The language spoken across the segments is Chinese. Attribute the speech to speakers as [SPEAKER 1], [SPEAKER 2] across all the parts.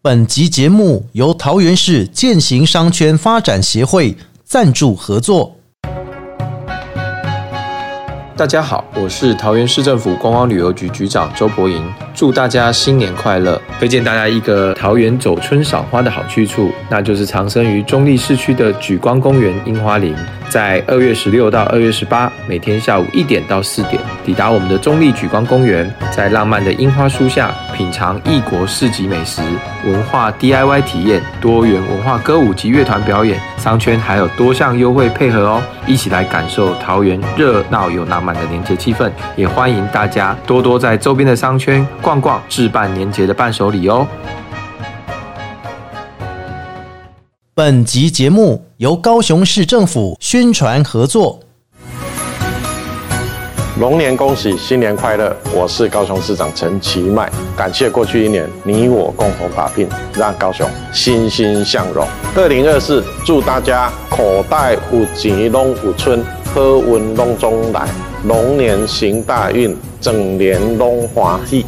[SPEAKER 1] 本集节目由桃园市践行商圈发展协会赞助合作。
[SPEAKER 2] 大家好，我是桃园市政府观光旅游局局长周伯莹，祝大家新年快乐！推荐大家一个桃园走春赏花的好去处，那就是藏身于中立市区的举光公园樱花林。在二月十六到二月十八，每天下午一点到四点，抵达我们的中立举光公园，在浪漫的樱花树下品尝异国市集美食、文化 DIY 体验、多元文化歌舞及乐团表演，商圈还有多项优惠配合哦，一起来感受桃园热闹又浪漫的年节气氛。也欢迎大家多多在周边的商圈逛逛，置办年节的伴手礼哦。
[SPEAKER 1] 本集节目由高雄市政府宣传合作。
[SPEAKER 3] 龙年恭喜，新年快乐！我是高雄市长陈其迈，感谢过去一年你我共同打拼，让高雄欣欣向荣。二零二四，祝大家口袋有钱拢有春，好运拢中来，龙年行大运，整年拢欢喜。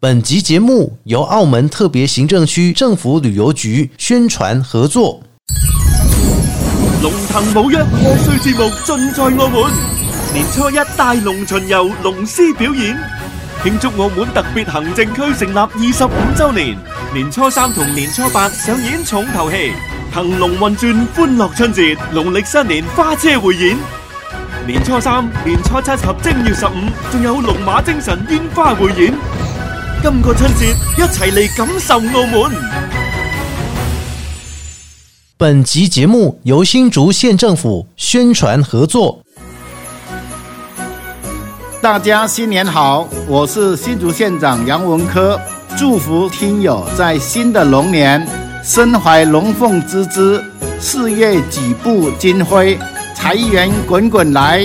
[SPEAKER 1] 本集节目由澳门特别行政区政府旅游局宣传合作。
[SPEAKER 4] 龙腾舞一贺岁节目尽在澳门。年初一大龙巡游龙狮表演，庆祝澳门特别行政区成立二十五周年。年初三同年初八上演重头戏，腾龙运转欢乐春节，农历新年花车汇演。年初三、年初七及正月十五，仲有龙马精神烟花汇演。今个春节一齐嚟感受澳门。
[SPEAKER 1] 本集节目由新竹县政府宣传合作。
[SPEAKER 5] 大家新年好，我是新竹县长杨文科，祝福听友在新的龙年身怀龙凤之姿，事业举步金辉，财源滚滚来。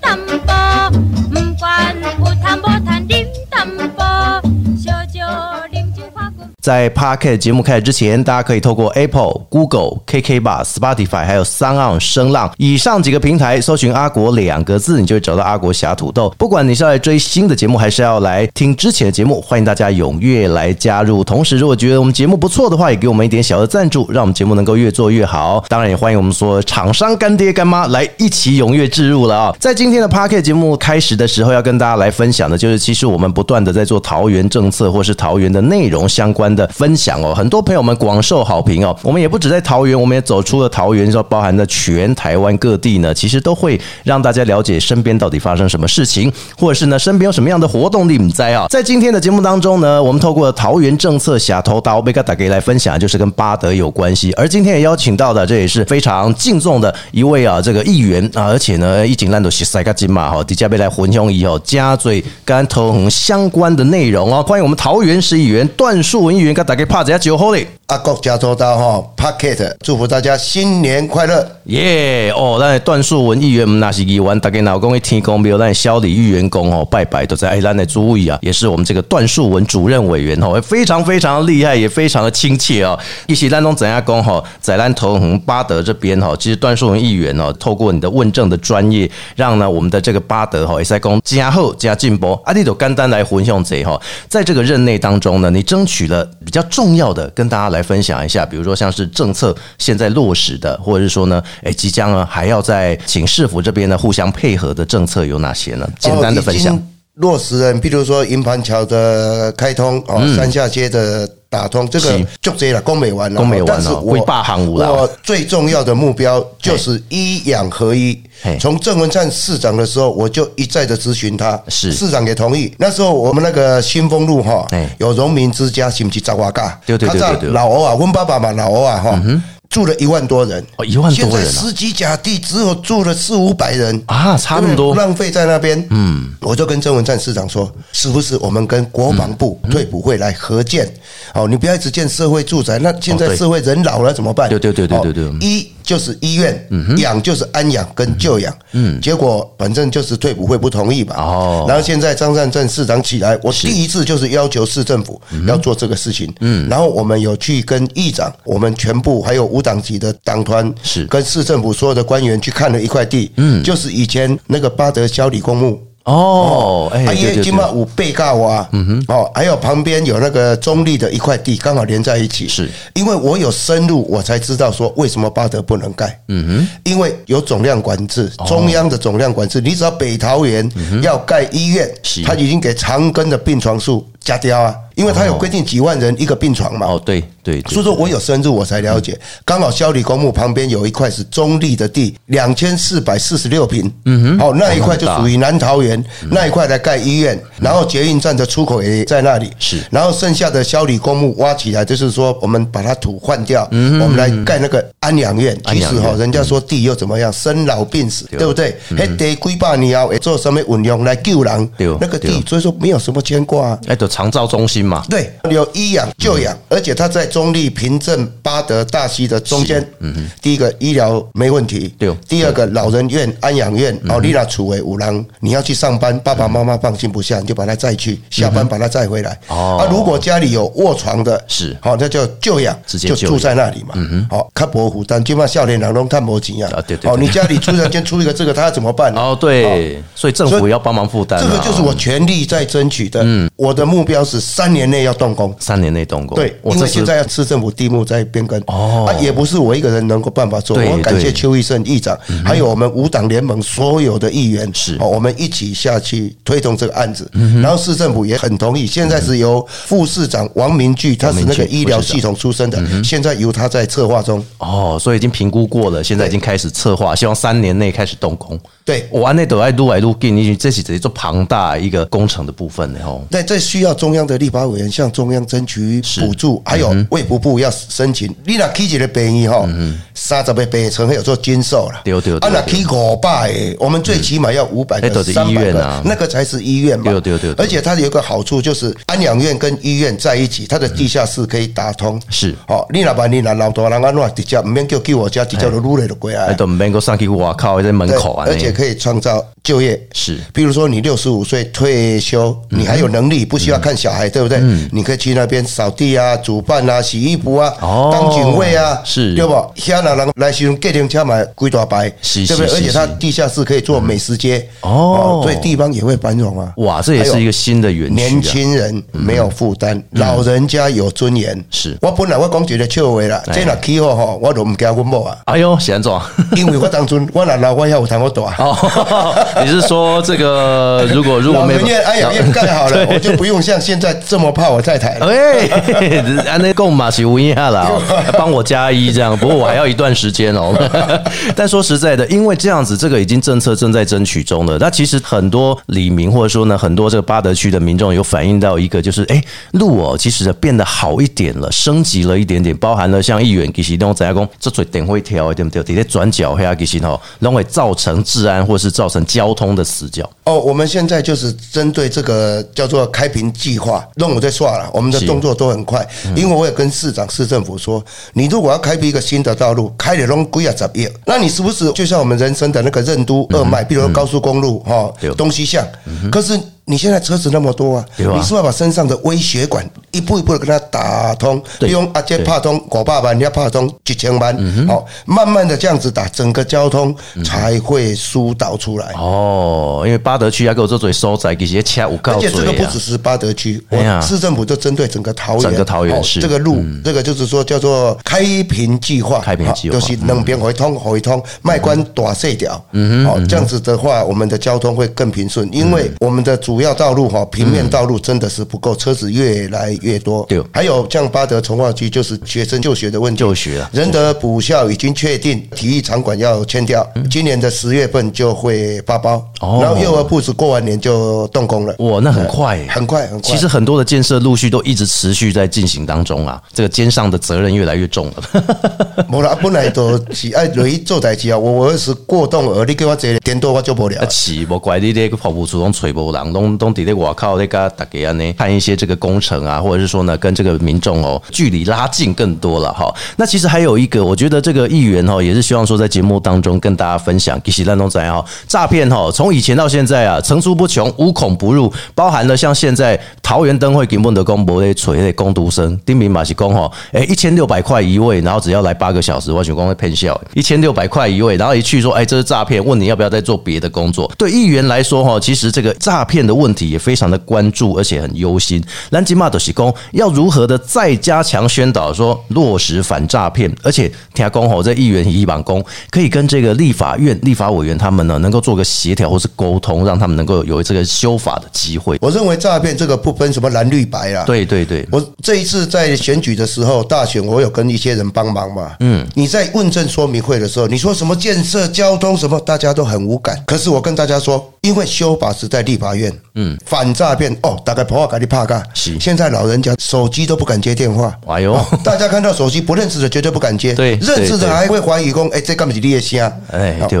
[SPEAKER 6] tâm bò mâm quan bù tham bò than điểm tâm bò cho cho điểm chữ hoa của
[SPEAKER 1] 在 Pocket 节目开始之前，大家可以透过 Apple、Google、KK Bar、Spotify 还有 Sound 声浪以上几个平台搜寻“阿国”两个字，你就会找到阿国侠土豆。不管你是要来追新的节目，还是要来听之前的节目，欢迎大家踊跃来加入。同时，如果觉得我们节目不错的话，也给我们一点小的赞助，让我们节目能够越做越好。当然，也欢迎我们所有厂商干爹干妈来一起踊跃置入了啊、在今天的 Pocket 节目开始的时候，要跟大家来分享的就是，其实我们不断的在做桃园政策或是桃园的内容相关的分享哦，很多朋友们广受好评哦。我们也不止在桃园，我们也走出了桃园，说包含了全台湾各地呢，其实都会让大家了解身边到底发生什么事情，或者是呢身边有什么样的活动，你们在啊。在今天的节目当中呢，我们透过桃园政策侠头刀被个打给来分享，就是跟巴德有关系。而今天也邀请到的，这也是非常敬重的一位啊，这个议员啊，而且呢，一锦烂都是塞个金嘛哈，底下被来混用以后，加嘴跟头红相关的内容哦。欢迎我们桃园市议员段树文议员，跟打给帕子下酒后嘞。
[SPEAKER 7] 阿国加州刀哈 Pocket，祝福大家新年快乐！
[SPEAKER 1] 耶、哦，咱的段树文议员唔那是议员，大家老公会天公庙，咱的萧礼议员公哦拜拜都在，哎，咱的朱位啊，也是我们这个段树文主任委员哦，非常非常厉害，也非常的亲切哦。一起咱拢怎样讲吼，在咱头红巴德这边哦，其实段树文议员哦，透过你的问政的专业，让呢我们的这个巴德哈也在讲加厚加进步，啊，你都简单来混用这哈，在这个任内当中呢，你争取了比较重要的，跟大家来分享一下，比如说像是政策现在落实的，或者是说呢，哎，即将呢还要在请市府这边呢互相配合的政策有哪些呢？简单的分享
[SPEAKER 7] 哦已。经落实了，譬如说营盘桥的开通哦，三下街的打通，这个
[SPEAKER 1] 嗯是
[SPEAKER 7] 就这了，工美完了，
[SPEAKER 1] 讲不
[SPEAKER 7] 但
[SPEAKER 1] 完
[SPEAKER 7] 是
[SPEAKER 1] 哦，
[SPEAKER 7] 我
[SPEAKER 1] 为霸行无啦。
[SPEAKER 7] 我最重要的目标就是医养合一
[SPEAKER 1] 嘿。
[SPEAKER 7] 从郑文灿市长的时候，我就一再的咨询他，
[SPEAKER 1] 是
[SPEAKER 7] 市长也同意。那时候我们那个新丰路哈
[SPEAKER 1] 嘿，
[SPEAKER 7] 有农民之家，是不是扎瓦嘎？
[SPEAKER 1] 对对对
[SPEAKER 7] 他在
[SPEAKER 1] 对对
[SPEAKER 7] 老欧啊，温爸爸嘛，老欧啊哈，住了一万多人，
[SPEAKER 1] 哦一万多人啊
[SPEAKER 7] 现在十几甲地只有住了四五百人
[SPEAKER 1] 啊差那么多
[SPEAKER 7] 对不对浪费在那边。嗯，我就跟郑文灿市长说，是不是我们跟国防部
[SPEAKER 1] 嗯
[SPEAKER 7] 退补会来合建？哦，你不要一直建社会住宅，那现
[SPEAKER 1] 哦
[SPEAKER 7] 在
[SPEAKER 1] 对
[SPEAKER 7] 社会人老了怎么办？
[SPEAKER 1] 对对对对对对嗯
[SPEAKER 7] 哦一就是医院，养就是安养跟救养，嗯，结果反正就是退补会不同意嘛，
[SPEAKER 1] 哦
[SPEAKER 7] 然后现在张善政市长起来，我第一次就是要求市政府要做这个事情，嗯，然后我们有去跟议长，我们全部还有无党籍的党团
[SPEAKER 1] 是
[SPEAKER 7] 跟市政府所有的官员去看了一块地，嗯，就是以前那个巴德肖理公墓。
[SPEAKER 1] 哦，哎，
[SPEAKER 7] 啊，
[SPEAKER 1] 对
[SPEAKER 7] 因为
[SPEAKER 1] 对对
[SPEAKER 7] 金
[SPEAKER 1] 嗯
[SPEAKER 7] 马，五被告啊，哦，还有旁边有那个中立的一块地，刚好连在一起。
[SPEAKER 1] 是，
[SPEAKER 7] 因为我有深入，我才知道说为什么巴德不能盖。嗯哼，因为有总量管制，
[SPEAKER 1] 哦
[SPEAKER 7] 中央的总量管制，你只要北桃园要盖医院
[SPEAKER 1] 嗯是，
[SPEAKER 7] 他已经给长庚的病床数加掉啊，因为他有规定几万人一个病床嘛。
[SPEAKER 1] 哦，对对
[SPEAKER 7] 所
[SPEAKER 1] 对
[SPEAKER 7] 以，说我有深入，我才了解。刚好肖理公墓旁边有一块是中立的地，两千四百四十六平。嗯哼，哦，那一块就属于南桃园
[SPEAKER 1] 嗯
[SPEAKER 7] 那一块来盖医院，然后捷运站的出口也在那里。
[SPEAKER 1] 是
[SPEAKER 7] 然后剩下的肖理公墓挖起来，就是说我们把它土换掉，我们来盖那个安养院。
[SPEAKER 1] 嗯安
[SPEAKER 7] 其
[SPEAKER 1] 养
[SPEAKER 7] 实
[SPEAKER 1] 院嗯
[SPEAKER 7] 哈，人家说地又怎么样，生老病死，
[SPEAKER 1] 对嗯
[SPEAKER 7] 对不对？还得几百年后会做什么运用来救人
[SPEAKER 1] 对？
[SPEAKER 7] 那个
[SPEAKER 1] 对
[SPEAKER 7] 地，所以说没有什么牵挂啊。
[SPEAKER 1] 哎，就长照中心嘛，
[SPEAKER 7] 对，有医养、就养，而且它在中立、平镇、巴德、大溪的中间。嗯第一个医疗没问题，
[SPEAKER 1] 对哦嗯
[SPEAKER 7] 第二个老人院、安养院，哦，你那楚为五郎，你要去上班，爸爸妈妈放心不下，你就把他载去，下班把他载回来。
[SPEAKER 1] 嗯哦
[SPEAKER 7] 啊，如果家里有卧床的，
[SPEAKER 1] 是
[SPEAKER 7] 好，那就就养，
[SPEAKER 1] 直接
[SPEAKER 7] 就
[SPEAKER 1] 就
[SPEAKER 7] 住
[SPEAKER 1] 养
[SPEAKER 7] 在那里嘛。嗯好，看伯虎丹，今晚笑脸郎中看伯吉啊
[SPEAKER 1] 啊对对
[SPEAKER 7] 哦，
[SPEAKER 1] 对
[SPEAKER 7] 你家里突然间出一个这个，他怎么办？
[SPEAKER 1] 哦，对，所以政府
[SPEAKER 7] 所
[SPEAKER 1] 也
[SPEAKER 7] 以
[SPEAKER 1] 要帮忙负担啊，
[SPEAKER 7] 这个就是我全力在争取的。嗯，我的目标是三年内要动工。
[SPEAKER 1] 三年内动工，
[SPEAKER 7] 对，
[SPEAKER 1] 我
[SPEAKER 7] 因
[SPEAKER 1] 这
[SPEAKER 7] 为
[SPEAKER 1] 是
[SPEAKER 7] 现在要市政府地目在变更，
[SPEAKER 1] 哦
[SPEAKER 7] 啊，也不是我一个人能够办法做。
[SPEAKER 1] 对
[SPEAKER 7] 我感谢
[SPEAKER 1] 对嗯
[SPEAKER 7] 邱医生议长，还有我们五党联盟所有的议员，
[SPEAKER 1] 是嗯
[SPEAKER 7] 哦，我们一起下去推动这个案子。然后市政府也很同意，现在是由副市长王明炬，他是那
[SPEAKER 1] 王
[SPEAKER 7] 个
[SPEAKER 1] 明炬
[SPEAKER 7] 医疗系统出身
[SPEAKER 1] 嗯
[SPEAKER 7] 的，现在由他在策划中。
[SPEAKER 1] 哦，所以已经评估过了，现在已经开始策划，希望三年内开始动工。
[SPEAKER 7] 对，
[SPEAKER 1] 我安内都爱撸来撸进，你这是直接做庞大一个工程的部分的吼。
[SPEAKER 7] 那这需要中央的立法委员向中央争取补
[SPEAKER 1] 嗯
[SPEAKER 7] 助，还有卫福部要申请。你若起一个病院吼，三十个病床还有做军售啦，
[SPEAKER 1] 嗯对对对嗯
[SPEAKER 7] 啊，若起五百个，我们最起码要五百
[SPEAKER 1] 那都
[SPEAKER 7] 个、
[SPEAKER 1] 是
[SPEAKER 7] 三
[SPEAKER 1] 医
[SPEAKER 7] 百
[SPEAKER 1] 院
[SPEAKER 7] 个
[SPEAKER 1] 啊，
[SPEAKER 7] 那个才是医院嘛。
[SPEAKER 1] 对对对对
[SPEAKER 7] 而且它有一个好处就是安养院跟医院在一起，它的地下室可以打通。
[SPEAKER 1] 嗯是
[SPEAKER 7] 哦，你若把你若老大人安怎直接，唔免叫叫我家，直接就撸来就过
[SPEAKER 1] 哎，
[SPEAKER 7] 来。
[SPEAKER 1] 都唔免个上去外口在门
[SPEAKER 7] 对
[SPEAKER 1] 口啊，
[SPEAKER 7] 而且可以创造就业。
[SPEAKER 1] 是嗯
[SPEAKER 7] 比如说你六十五岁退休，你还有能力，不需要看小孩，对不对？你可以去那边扫地啊、煮饭啊、洗衣服啊、
[SPEAKER 1] 哦
[SPEAKER 7] 当警卫啊，
[SPEAKER 1] 是
[SPEAKER 7] 对不？香港人来形容给人家买龟大白，
[SPEAKER 1] 是
[SPEAKER 7] 对不对？
[SPEAKER 1] 是
[SPEAKER 7] 而且
[SPEAKER 1] 是
[SPEAKER 7] 它地下室可以做美食街，
[SPEAKER 1] 哦
[SPEAKER 7] 所以地方也会繁荣啊。
[SPEAKER 1] 哇，这也是一个新的园区、啊。嗯
[SPEAKER 7] 年轻人没有负担，老人家有尊严。
[SPEAKER 1] 是
[SPEAKER 7] 我本来我讲一个笑话啦，这若起好吼，我都唔惊阮某啊，
[SPEAKER 1] 哎呦，贤总，
[SPEAKER 7] 因为我当初我若老，我也有通啊我大。
[SPEAKER 1] 哦， 你是说这个如果如果
[SPEAKER 7] 老
[SPEAKER 1] 没
[SPEAKER 7] 人院安养院盖 好了，我就不用像现在这么怕我在台。
[SPEAKER 1] 哎，安内贡马奇无一下啦，帮我加一这样。不过我还要一段时间哦。但说实在的，因为这样子，这个已经政策正在争取中了。那其实很多里民或者说呢，很多这个巴德区的民众有反映到一个，就是哎，路哦，其实变得好一点了，升级了一点点，包含了像议员其实都怎样讲，这嘴点会调对不对？底下转角黑啊，其实吼，容易造成治安或是造成交通的死角。
[SPEAKER 7] 哦，我们现在就是针对这个叫做开平计划，让我在算了，我们的
[SPEAKER 1] 是嗯
[SPEAKER 7] 动作都很快，因为我也跟市长、市政府说，你如果要开辟一个新的道路，开的拢贵啊怎样？那你是不是就像我们人生的那个任督二脉，比如说高速公路哈
[SPEAKER 1] 嗯对，嗯
[SPEAKER 7] 东西向，可是。你现在车子那么多啊，
[SPEAKER 1] 对啊
[SPEAKER 7] 你是不是要把身上的微血管一步一步的跟它打通，
[SPEAKER 1] 对嗯
[SPEAKER 7] 利用阿杰
[SPEAKER 1] 对
[SPEAKER 7] 啊帕通五百万，你要帕通几千万，好，慢慢的这样子打，整个交通
[SPEAKER 1] 嗯
[SPEAKER 7] 才会疏导出来。
[SPEAKER 1] 哦，因为巴德区啊，给我做嘴收窄，其实车有
[SPEAKER 7] 而
[SPEAKER 1] 够
[SPEAKER 7] 且这
[SPEAKER 1] 嘴
[SPEAKER 7] 个不
[SPEAKER 1] 啊
[SPEAKER 7] 只。是巴德区，
[SPEAKER 1] 哎呀
[SPEAKER 7] 我市政府就针对整个桃园，哦
[SPEAKER 1] 整个桃园市嗯
[SPEAKER 7] 这个路，这个就是说叫做开平计划，
[SPEAKER 1] 开平计划嗯
[SPEAKER 7] 好就是两边回通回通，卖官短细条，嗯好，这样子的话，我们的交通会更平顺，因为
[SPEAKER 1] 嗯
[SPEAKER 7] 我们的主要道路哈，平面道路真的是不够，车子越来越多
[SPEAKER 1] 嗯对，
[SPEAKER 7] 还有像巴德从化区就是学生就学的问题，
[SPEAKER 1] 就学啊
[SPEAKER 7] 仁德补校已经确定体育场馆要迁掉，今年的十月份就会发包，
[SPEAKER 1] 嗯哦
[SPEAKER 7] 然后幼儿部是过完年就动工了。
[SPEAKER 1] 哇，那很快耶、
[SPEAKER 7] 很快，很快。
[SPEAKER 1] 其实很多的建设陆续都一直持续在进行当中啊，这个肩上的责任越来越重了。
[SPEAKER 7] 无啦，啊本来就是爱落去做代志啊。我我要是过动儿，你叫我坐电动我就无聊
[SPEAKER 1] 呃啊，。是，无怪你这个跑步主动吹波人，拢东东底的我靠那个打给安呢，看一些这个工程啊，或者是说呢，跟这个民众哦距离拉近更多了哈。那其实还有一个，我觉得这个议员哦也是希望说在节目当中跟大家分享，其实烂东仔哈诈骗哈，从以前到现在啊层出不穷，无孔不入，包含了像现在桃园灯会给本的公博的锤的工读生丁明马西公哈，哎一千六百块一位，然后只要来八个小时，我想公会骗笑一千六百块一位，然后一去说哎这是诈骗，问你要不要再做别的工作。对议员来说哈，其实这个诈骗的问题也非常的关注，而且很忧心。兰吉玛德西公要如何的再加强宣导说落实反诈骗，而且听公吼这议员以榜公可以跟这个立法院立法委员他们呢能够做个协调或是沟通，让他们能够有这个修法的机会。
[SPEAKER 7] 我认为诈骗这个不分什么蓝绿白啦。，
[SPEAKER 1] 对对对，
[SPEAKER 7] 我这一次在选举的时候，大选我有跟一些人帮忙嘛。嗯，你在问政说明会的时候，你说什么建设、交通什么，大家都很无感。可是我跟大家说，因为修法是在立法院，嗯，反诈骗哦，大概跑啊，赶紧怕干。
[SPEAKER 1] 是
[SPEAKER 7] 现在老人家手机都不敢接电话。
[SPEAKER 1] 哎呦，
[SPEAKER 7] 大家看到手机不认识的绝对不敢接，
[SPEAKER 1] 对
[SPEAKER 7] 认
[SPEAKER 1] 对
[SPEAKER 7] 识
[SPEAKER 1] 对
[SPEAKER 7] 的还会怀疑公，哎、这干不是你的虾？
[SPEAKER 1] 哎
[SPEAKER 7] 好
[SPEAKER 1] 对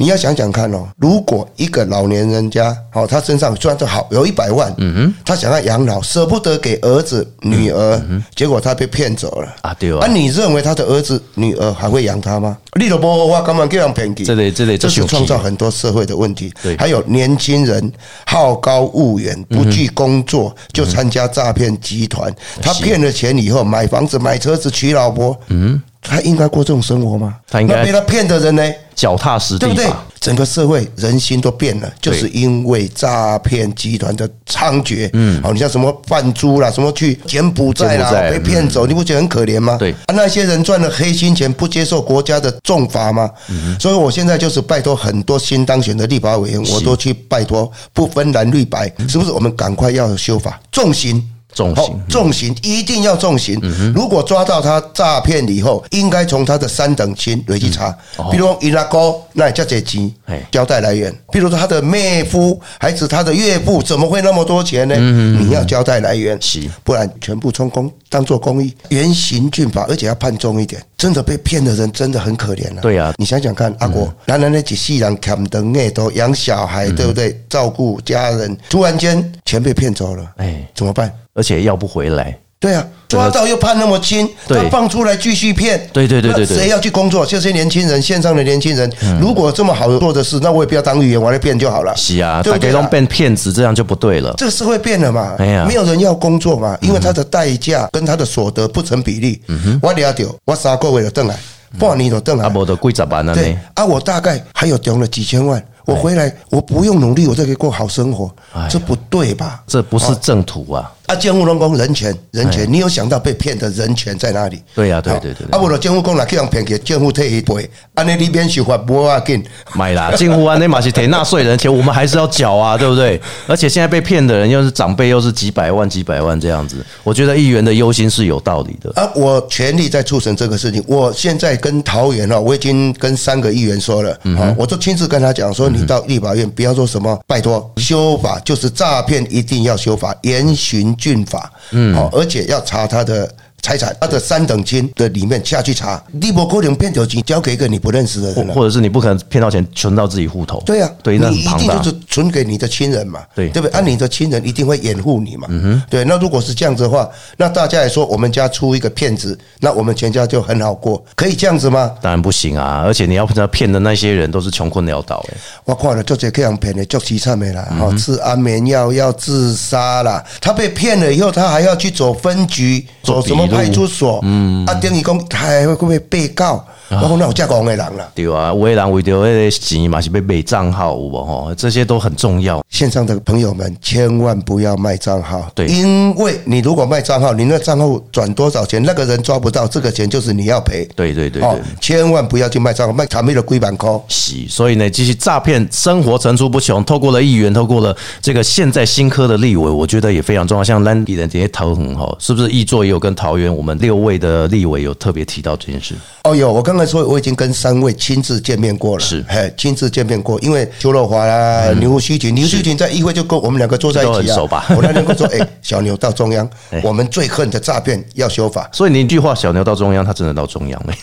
[SPEAKER 7] 你要想想看哦，如果一个老年人家，哦，他身上虽然是好有一百万，嗯哼，他想要养老，舍不得给儿子女儿，结果他被骗走了
[SPEAKER 1] 啊嗯对啊
[SPEAKER 7] 那、你认为他的儿子女儿还会养他吗？你都不好话，干嘛这样便宜？
[SPEAKER 1] 这类这类
[SPEAKER 7] 这是
[SPEAKER 1] 就
[SPEAKER 7] 创造很多社会的问题
[SPEAKER 1] 对。嗯
[SPEAKER 7] 还有年轻人好高骛远，不去工作就参加诈骗集团，他骗了钱以后买房子、买车子、娶老婆，嗯，他应该过这种生活吗？
[SPEAKER 1] 他应该
[SPEAKER 7] 那被他骗的人呢？
[SPEAKER 1] 脚踏实
[SPEAKER 7] 对
[SPEAKER 1] 地
[SPEAKER 7] 不对
[SPEAKER 1] 吧。？
[SPEAKER 7] 整个社会人心都变了，就是因为诈骗集团的猖獗。嗯，好，你像什么贩猪啦，什么去柬埔寨
[SPEAKER 1] 柬
[SPEAKER 7] 啦
[SPEAKER 1] 埔寨，嗯
[SPEAKER 7] 被骗走，你不觉得很可怜吗？
[SPEAKER 1] 对
[SPEAKER 7] 啊，那些人赚了黑心钱，不接受国家的重罚吗？
[SPEAKER 1] 嗯
[SPEAKER 7] 所以我现在就是拜托很多新当选的立法委员，我都去拜托，不分蓝绿白，
[SPEAKER 1] 嗯
[SPEAKER 7] 是不是？我们赶快要有修法，重刑。
[SPEAKER 1] 重嗯
[SPEAKER 7] 好
[SPEAKER 1] 刑嗯
[SPEAKER 7] 哦重刑一定要重刑。如果抓到他诈骗以后，应该从他的三等亲累去查，比如说伊拉哥那叫这钱
[SPEAKER 1] 嗯哦嘿
[SPEAKER 7] 交代来源，比如说他的妹夫还是他的岳父，怎么会那么多钱
[SPEAKER 1] 嗯
[SPEAKER 7] 呢？你要交代来源
[SPEAKER 1] 是，
[SPEAKER 7] 不然全部充公当做公益，严刑峻法，而且要判重一点。真的被骗的人真的很可怜了、
[SPEAKER 1] 对啊
[SPEAKER 7] 你想想看，阿国，男人那几世人扛灯爱都养小
[SPEAKER 1] 嗯
[SPEAKER 7] 孩，对不对？照顾家人，突然间全被骗走了，
[SPEAKER 1] 哎
[SPEAKER 7] 怎么办？
[SPEAKER 1] 而且要不回来，
[SPEAKER 7] 对啊，
[SPEAKER 1] 整个
[SPEAKER 7] 抓到又判那么轻，
[SPEAKER 1] 对
[SPEAKER 7] 他放出来继续骗。
[SPEAKER 1] 对对对对对嗯
[SPEAKER 7] 那谁要去工作？这些年轻人，线上的年轻人，如果这么好做的事，那我也不要当议员，我来骗就好了。
[SPEAKER 1] 是啊，
[SPEAKER 7] 对
[SPEAKER 1] 大
[SPEAKER 7] 不对
[SPEAKER 1] 家
[SPEAKER 7] 啊
[SPEAKER 1] 都变骗子，这样就不对了。
[SPEAKER 7] 这个社会变了嘛
[SPEAKER 1] 哎呀，
[SPEAKER 7] 没有人要工作嘛，因为他的代价跟他的所得不成比例。我了解，我三个月就回来，半年就回
[SPEAKER 1] 嗯啊，
[SPEAKER 7] 来，
[SPEAKER 1] 无就几十万啊
[SPEAKER 7] 对
[SPEAKER 1] 呢，
[SPEAKER 7] 啊，我大概还有中了几千万，我回来我不用努力，我就可以过好生活
[SPEAKER 1] 哎呀，
[SPEAKER 7] 这不对吧？
[SPEAKER 1] 这不是正途啊。
[SPEAKER 7] 啊，监护人工人权，人权，
[SPEAKER 1] 哎
[SPEAKER 7] 你有想到被骗的人权在哪里？
[SPEAKER 1] 对呀对
[SPEAKER 7] 好
[SPEAKER 1] 对对对
[SPEAKER 7] 啊，我的监护工来去让骗去，监护退一倍，安尼你免受罚无要紧。
[SPEAKER 1] 买啦，进户安内马西铁纳税人钱，我们还是要缴啊， 对不对？而且现在被骗的人又是长辈，又是几百万、几百万这样子，我觉得议员的忧心是有道理的。
[SPEAKER 7] 啊，我全力在促成这个事情。我现在跟桃园哦，我已经跟三个议员说了，
[SPEAKER 1] 嗯
[SPEAKER 7] 好，我就亲自跟他讲说，你到立法院不要说什么，拜托修法就是诈骗，一定要修法，严刑峻法，嗯，好，而且要查他的。财产，他的三等亲的里面下去查，你不可能骗到钱交给一个你不认识的
[SPEAKER 1] 或
[SPEAKER 7] 人、啊，
[SPEAKER 1] 或者是你不可能骗到钱存到自己户头，
[SPEAKER 7] 对呀、啊
[SPEAKER 1] 对，那
[SPEAKER 7] 你
[SPEAKER 1] 很
[SPEAKER 7] 一
[SPEAKER 1] 庞
[SPEAKER 7] 定
[SPEAKER 1] 大
[SPEAKER 7] 就，是存给你的亲人嘛，
[SPEAKER 1] 对嗯
[SPEAKER 7] 对不对？啊按、你的亲人一定会掩护你嘛，对。那如果是这样子的话，那大家也说我们家出一个骗子，那我们全家就很好过，可以这样子吗？
[SPEAKER 1] 当然不行啊！而且你要不知道骗的那些人都是穷困潦倒、欸，
[SPEAKER 7] 我看了就这个样骗的，就凄惨的啦，
[SPEAKER 1] 嗯
[SPEAKER 7] 好、吃安眠药要自杀啦，他被骗了以后，他还要去走分局，
[SPEAKER 1] 做
[SPEAKER 7] 走什么
[SPEAKER 1] 笔录
[SPEAKER 7] 派出所，嗯，啊，等于讲他还会被被告，
[SPEAKER 1] 啊
[SPEAKER 7] 我讲那有这戆的人啦、
[SPEAKER 1] 对啊，为难为着那个钱嘛是被买账号有无吼，这些都很重要。
[SPEAKER 7] 线上的朋友们，千万不要卖账号，
[SPEAKER 1] 对
[SPEAKER 7] 因为你如果卖账号，你那账户转多少钱，那个人抓不到，这个钱就是你要赔。
[SPEAKER 1] 对对对对。
[SPEAKER 7] 哦，千万不要去卖账号，卖产品的龟板扣。
[SPEAKER 1] 是，所以呢，其实诈骗生活层出不穷，透过了议员，透过了这个现在新科的立委，我觉得也非常重要。像兰迪的这些头很好，是不是？议座也有跟桃园我们六位的立委有特别提到这件 事，
[SPEAKER 7] 哦哟，我刚才说我已经跟三位亲自见面过了，
[SPEAKER 1] 是嗯
[SPEAKER 7] 嘿，亲自见面过，因为邱若华啦、牛须群，牛须群在议会就跟我们两个坐在一
[SPEAKER 1] 都
[SPEAKER 7] 起
[SPEAKER 1] 很
[SPEAKER 7] 啊，
[SPEAKER 1] 熟吧
[SPEAKER 7] 我那天跟他说，哎、 小牛到中央
[SPEAKER 1] 哎，
[SPEAKER 7] 我们最恨的诈骗要修法，
[SPEAKER 1] 所以你一句话，小牛到中央，他真的到中 央了，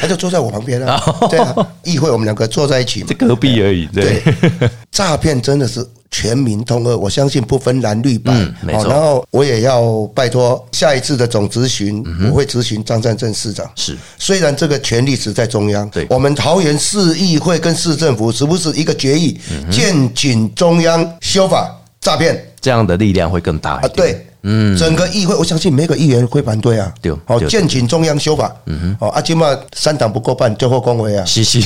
[SPEAKER 7] 他就坐在我旁边
[SPEAKER 1] 哦
[SPEAKER 7] 啊，对啊，议会我们两个坐在一起嘛
[SPEAKER 1] 这，隔壁而已。对，
[SPEAKER 7] 对，诈骗真的是全民通喝，我相信不分蓝绿白。哦
[SPEAKER 1] 嗯没错
[SPEAKER 7] 然后我也要拜托下一次的总咨询，
[SPEAKER 1] 嗯
[SPEAKER 7] 我会咨询张善政市长。
[SPEAKER 1] 是
[SPEAKER 7] 虽然这个权力只在中央，
[SPEAKER 1] 对
[SPEAKER 7] 我们桃园市议会跟市政府是不是一个决议，
[SPEAKER 1] 嗯
[SPEAKER 7] 建警中央修法诈骗
[SPEAKER 1] 这样的力量会更大一
[SPEAKER 7] 啊？
[SPEAKER 1] 点。
[SPEAKER 7] 对。嗯，整个议会，我相信每个议员会反对啊。
[SPEAKER 1] 对
[SPEAKER 7] 哦，
[SPEAKER 1] 对
[SPEAKER 7] 建请中央修法。嗯哼，哦，啊，今嘛三党不够半，就后恭维 啊。
[SPEAKER 1] 嘻嘻，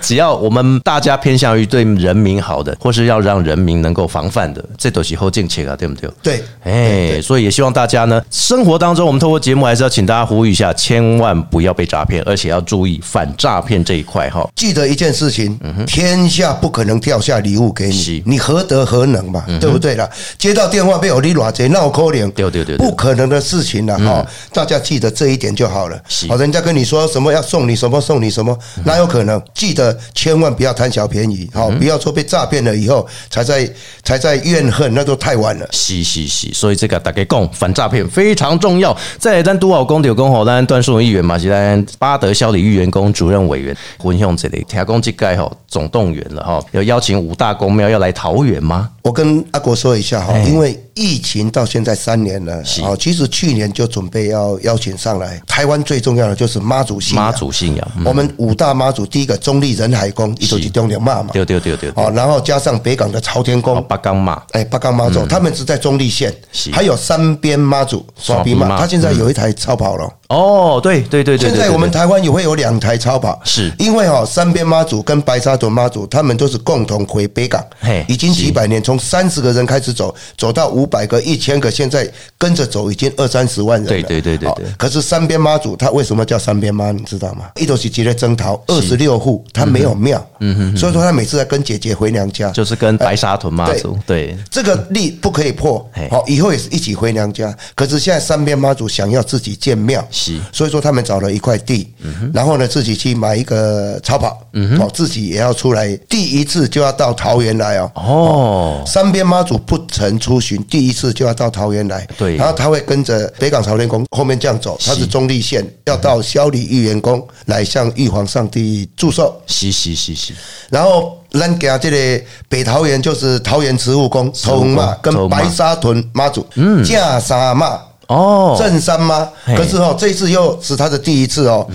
[SPEAKER 1] 只要我们大家偏向于对人民好的，或是要让人民能够防范的，这都是后进切啊，对不对？
[SPEAKER 7] 对，
[SPEAKER 1] 哎，所以也希望大家呢，生活当中我们透过节目还是要请大家呼吁一下，千万不要被诈骗，而且要注意反诈骗这一块哈。
[SPEAKER 7] 记得一件事情，天下不可能掉下礼物给
[SPEAKER 1] 嗯是嗯
[SPEAKER 7] 你，你何德何能嘛，对不对啦？接到电话被我你偌贼，那我扣脸，
[SPEAKER 1] 对对对对嗯
[SPEAKER 7] 不可能的事情了啊哈，大家记得这一点就好了
[SPEAKER 1] 是。嗯
[SPEAKER 7] 好，人家跟你说什么要送你什么送你什么，哪有可能？记得千万不要贪小便宜，好，不要说被诈骗了以后才在才在怨恨，那都太晚了。
[SPEAKER 1] 是是是，所以这个大家讲反诈骗非常重要。再来，咱都好公有公吼，咱段树文议员嘛，是咱巴德肖里议员工主任委员混用这里，听讲这个吼总动员了哈，有邀请五大公庙要来桃园吗？
[SPEAKER 7] 我跟阿国说一下哈
[SPEAKER 1] 哎，
[SPEAKER 7] 因为疫情到现在三年了，好，其实去年就准备要邀请上来。台湾最重要的就是妈祖信仰，
[SPEAKER 1] 妈祖信仰，嗯
[SPEAKER 7] 我们五大妈祖，第一个中立仁海宫，一九七中年妈嘛，
[SPEAKER 1] 对对对对，
[SPEAKER 7] 哦，然后加上北港的朝天
[SPEAKER 1] 哦，
[SPEAKER 7] 宫，
[SPEAKER 1] 八刚嘛，
[SPEAKER 7] 哎，八杠妈祖，他们是在中立县
[SPEAKER 1] 是，
[SPEAKER 7] 还有三边妈祖、
[SPEAKER 1] 耍
[SPEAKER 7] 耍
[SPEAKER 1] 鼻
[SPEAKER 7] 鼻
[SPEAKER 1] 妈嗯
[SPEAKER 7] 妈，他现在有一台超跑了。
[SPEAKER 1] 哦，对对对对，
[SPEAKER 7] 现
[SPEAKER 1] 对
[SPEAKER 7] 在
[SPEAKER 1] 对
[SPEAKER 7] 我们
[SPEAKER 1] 对
[SPEAKER 7] 台湾也会有两台超跑，
[SPEAKER 1] 是
[SPEAKER 7] 因为哈、三边妈祖跟白沙屯妈祖，他们都是共同回北港
[SPEAKER 1] 嘿，
[SPEAKER 7] 已经几百年，从三十个人开始走，走到五百个、一千个，现在跟着走已经二三十万人了。
[SPEAKER 1] 对对对对
[SPEAKER 7] 好
[SPEAKER 1] 对
[SPEAKER 7] 可是三边妈祖他为什么叫三边妈？你知道吗？一头是急着征讨二十六户，他没有庙，嗯哼，所以说他每次在跟姐姐回娘家，
[SPEAKER 1] 就是跟白沙屯妈祖，对，
[SPEAKER 7] 这个例不可以破
[SPEAKER 1] 嘿，
[SPEAKER 7] 好，以后也是一起回娘家。可是现在三边妈祖想要自己建庙，
[SPEAKER 1] 是嗯
[SPEAKER 7] 所以说他们找了一块地，然后呢自己去买一个超跑，哦，自己也要出来，第一次就要到桃园来哦。
[SPEAKER 1] 哦，
[SPEAKER 7] 三边妈祖不曾出巡，第一次就要到桃园来，
[SPEAKER 1] 对
[SPEAKER 7] 然后他会跟着北港朝天宫后面这样走，他
[SPEAKER 1] 是
[SPEAKER 7] 是中立县，要到萧里玉元宫来向玉皇上帝祝寿。
[SPEAKER 1] 是是是是，
[SPEAKER 7] 然后咱给这个北桃园就是桃园慈护宫
[SPEAKER 1] 护
[SPEAKER 7] 头
[SPEAKER 1] 宫
[SPEAKER 7] 妈
[SPEAKER 1] 头
[SPEAKER 7] 跟
[SPEAKER 1] 妈
[SPEAKER 7] 白沙屯妈祖，嗯，架沙妈
[SPEAKER 1] 哦，
[SPEAKER 7] 正山妈，
[SPEAKER 1] 嘿
[SPEAKER 7] 可是哦，这一次又是他的第一次哦。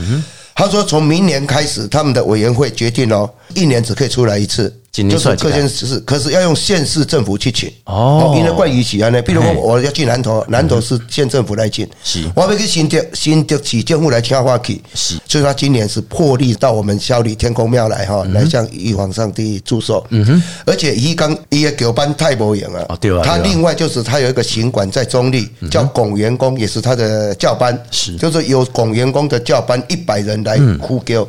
[SPEAKER 7] 他说从明年开始，他们的委员会决定哦，一年只可以出来一次。
[SPEAKER 1] 今
[SPEAKER 7] 就
[SPEAKER 1] 年出来
[SPEAKER 7] 是
[SPEAKER 1] 几次
[SPEAKER 7] 各县市，可是要用县市政府去请
[SPEAKER 1] 哦
[SPEAKER 7] 因为怪以前呢，比如说
[SPEAKER 1] 嘿嗯
[SPEAKER 7] 我要去南投，南投是县政府来请，
[SPEAKER 1] 是
[SPEAKER 7] 我要去新竹，新竹市政府来请我去，
[SPEAKER 1] 是
[SPEAKER 7] 所以他今年是破例到我们萧里天公庙来
[SPEAKER 1] 嗯
[SPEAKER 7] 哈，来向玉皇上帝祝寿。嗯哼，而且伊刚伊也九班太保演啊
[SPEAKER 1] 哦，对啊
[SPEAKER 7] 他
[SPEAKER 1] 对啊
[SPEAKER 7] 另外就是他有一个行馆在中立，叫拱元宫，也是他的教班，
[SPEAKER 1] 是
[SPEAKER 7] 就是有拱元宫的教班一百人来呼叫，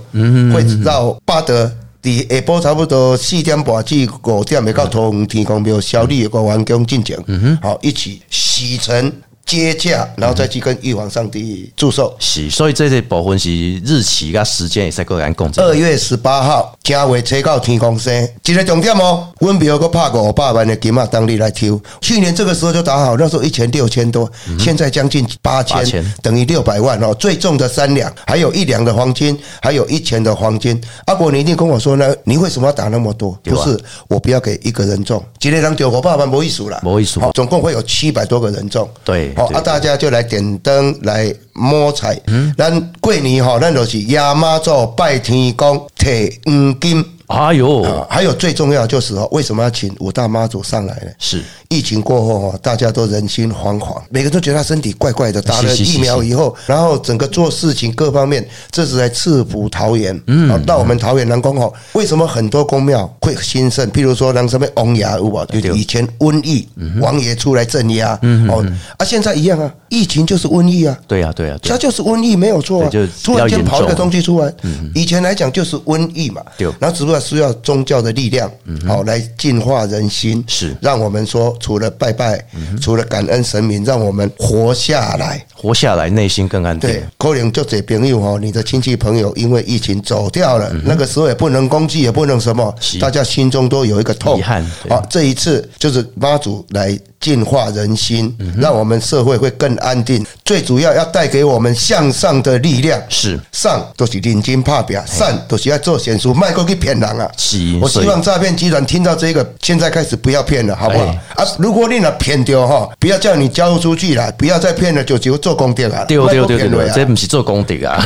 [SPEAKER 7] 会绕巴德。伫下晡差不多四点半至五点，会到桃园天公庙小李有个完工进程，好一起洗尘接驾，然后再去跟玉皇上帝祝寿。
[SPEAKER 1] 是，所以这些部分是日期跟时间也是个人共
[SPEAKER 7] 二月十八号，正月初到天公生，一个重点哦，阮庙阁拍五百万的金啊，当日来抽。去年这个时候就打好，那时候一千六千多，
[SPEAKER 1] 嗯
[SPEAKER 7] 现在将近八
[SPEAKER 1] 8000
[SPEAKER 7] 千，等于六百万哦。最重的三两，还有一两的黄金，还有一钱的黄金。阿伯，你一定跟我说呢，你为什么要打那么多？
[SPEAKER 1] 对啊
[SPEAKER 7] 不是，我不要给一个人中，一个人中五百万没意思啦，
[SPEAKER 1] 没意思
[SPEAKER 7] 好总共会有七百多个人中，
[SPEAKER 1] 对
[SPEAKER 7] 好
[SPEAKER 1] 哎对嗯
[SPEAKER 7] 啊，大家就来点灯来摸彩。咱过年吼，咱就是亚妈祖拜天公，摕黄金
[SPEAKER 1] 哎
[SPEAKER 7] 啊
[SPEAKER 1] 呦，，
[SPEAKER 7] 还有最重要的就是哦，为什么要请五大妈祖上来呢？
[SPEAKER 1] 是
[SPEAKER 7] 疫情过后哦，大家都人心惶惶，每个人都觉得他身体怪怪的。打了
[SPEAKER 1] 是是是
[SPEAKER 7] 疫苗以后，然后整个做事情各方面，这是来赐福桃园。嗯，到我们桃园南宫哦，为什么很多宫庙会兴盛？譬如说，让什么王爷有啊，就
[SPEAKER 1] 对
[SPEAKER 7] 以前瘟疫，
[SPEAKER 1] 嗯
[SPEAKER 7] 王爷出来镇压。嗯，哦，啊，现在一样啊，疫情就是瘟疫啊。
[SPEAKER 1] 对呀对呀，对
[SPEAKER 7] 它
[SPEAKER 1] 啊
[SPEAKER 7] 就是瘟疫，没有错啊
[SPEAKER 1] 对就。
[SPEAKER 7] 突然间跑一
[SPEAKER 1] 要严重嗯
[SPEAKER 7] 个东西出来，以前来讲就是瘟疫嘛
[SPEAKER 1] 对，嗯
[SPEAKER 7] 然后只不过需要宗教的力量，好来净化人心，
[SPEAKER 1] 是嗯
[SPEAKER 7] 让我们说除了拜拜，除了感恩神明，让我们活下来。
[SPEAKER 1] 活下来内心更安定
[SPEAKER 7] 对，，可能就这朋友哦，你的亲戚朋友因为疫情走掉了，那个时候也不能攻击，也不能什么
[SPEAKER 1] 嗯是，
[SPEAKER 7] 大家心中都有一个痛
[SPEAKER 1] 遗憾对
[SPEAKER 7] 啊，这一次就是妈祖来净化人心，
[SPEAKER 1] 嗯
[SPEAKER 7] 让我们社会会更安定。最主要要带给我们向上的力量。
[SPEAKER 1] 是哎
[SPEAKER 7] 上都是认真打拼，善都是要做显书，卖过去骗人啊！
[SPEAKER 1] 是
[SPEAKER 7] 我
[SPEAKER 1] 所以
[SPEAKER 7] 希望诈骗集团听到这个，现在开始不要骗了，好不好？
[SPEAKER 1] 哎
[SPEAKER 7] 啊，如果你那骗掉哈，不要叫你交出去了，不要再骗了，就只有做工店啊，
[SPEAKER 1] 对哦
[SPEAKER 7] 卖
[SPEAKER 1] 对
[SPEAKER 7] 过
[SPEAKER 1] 对对
[SPEAKER 7] 骗了
[SPEAKER 1] 对，
[SPEAKER 7] 啊
[SPEAKER 1] 这不是做功底 啊。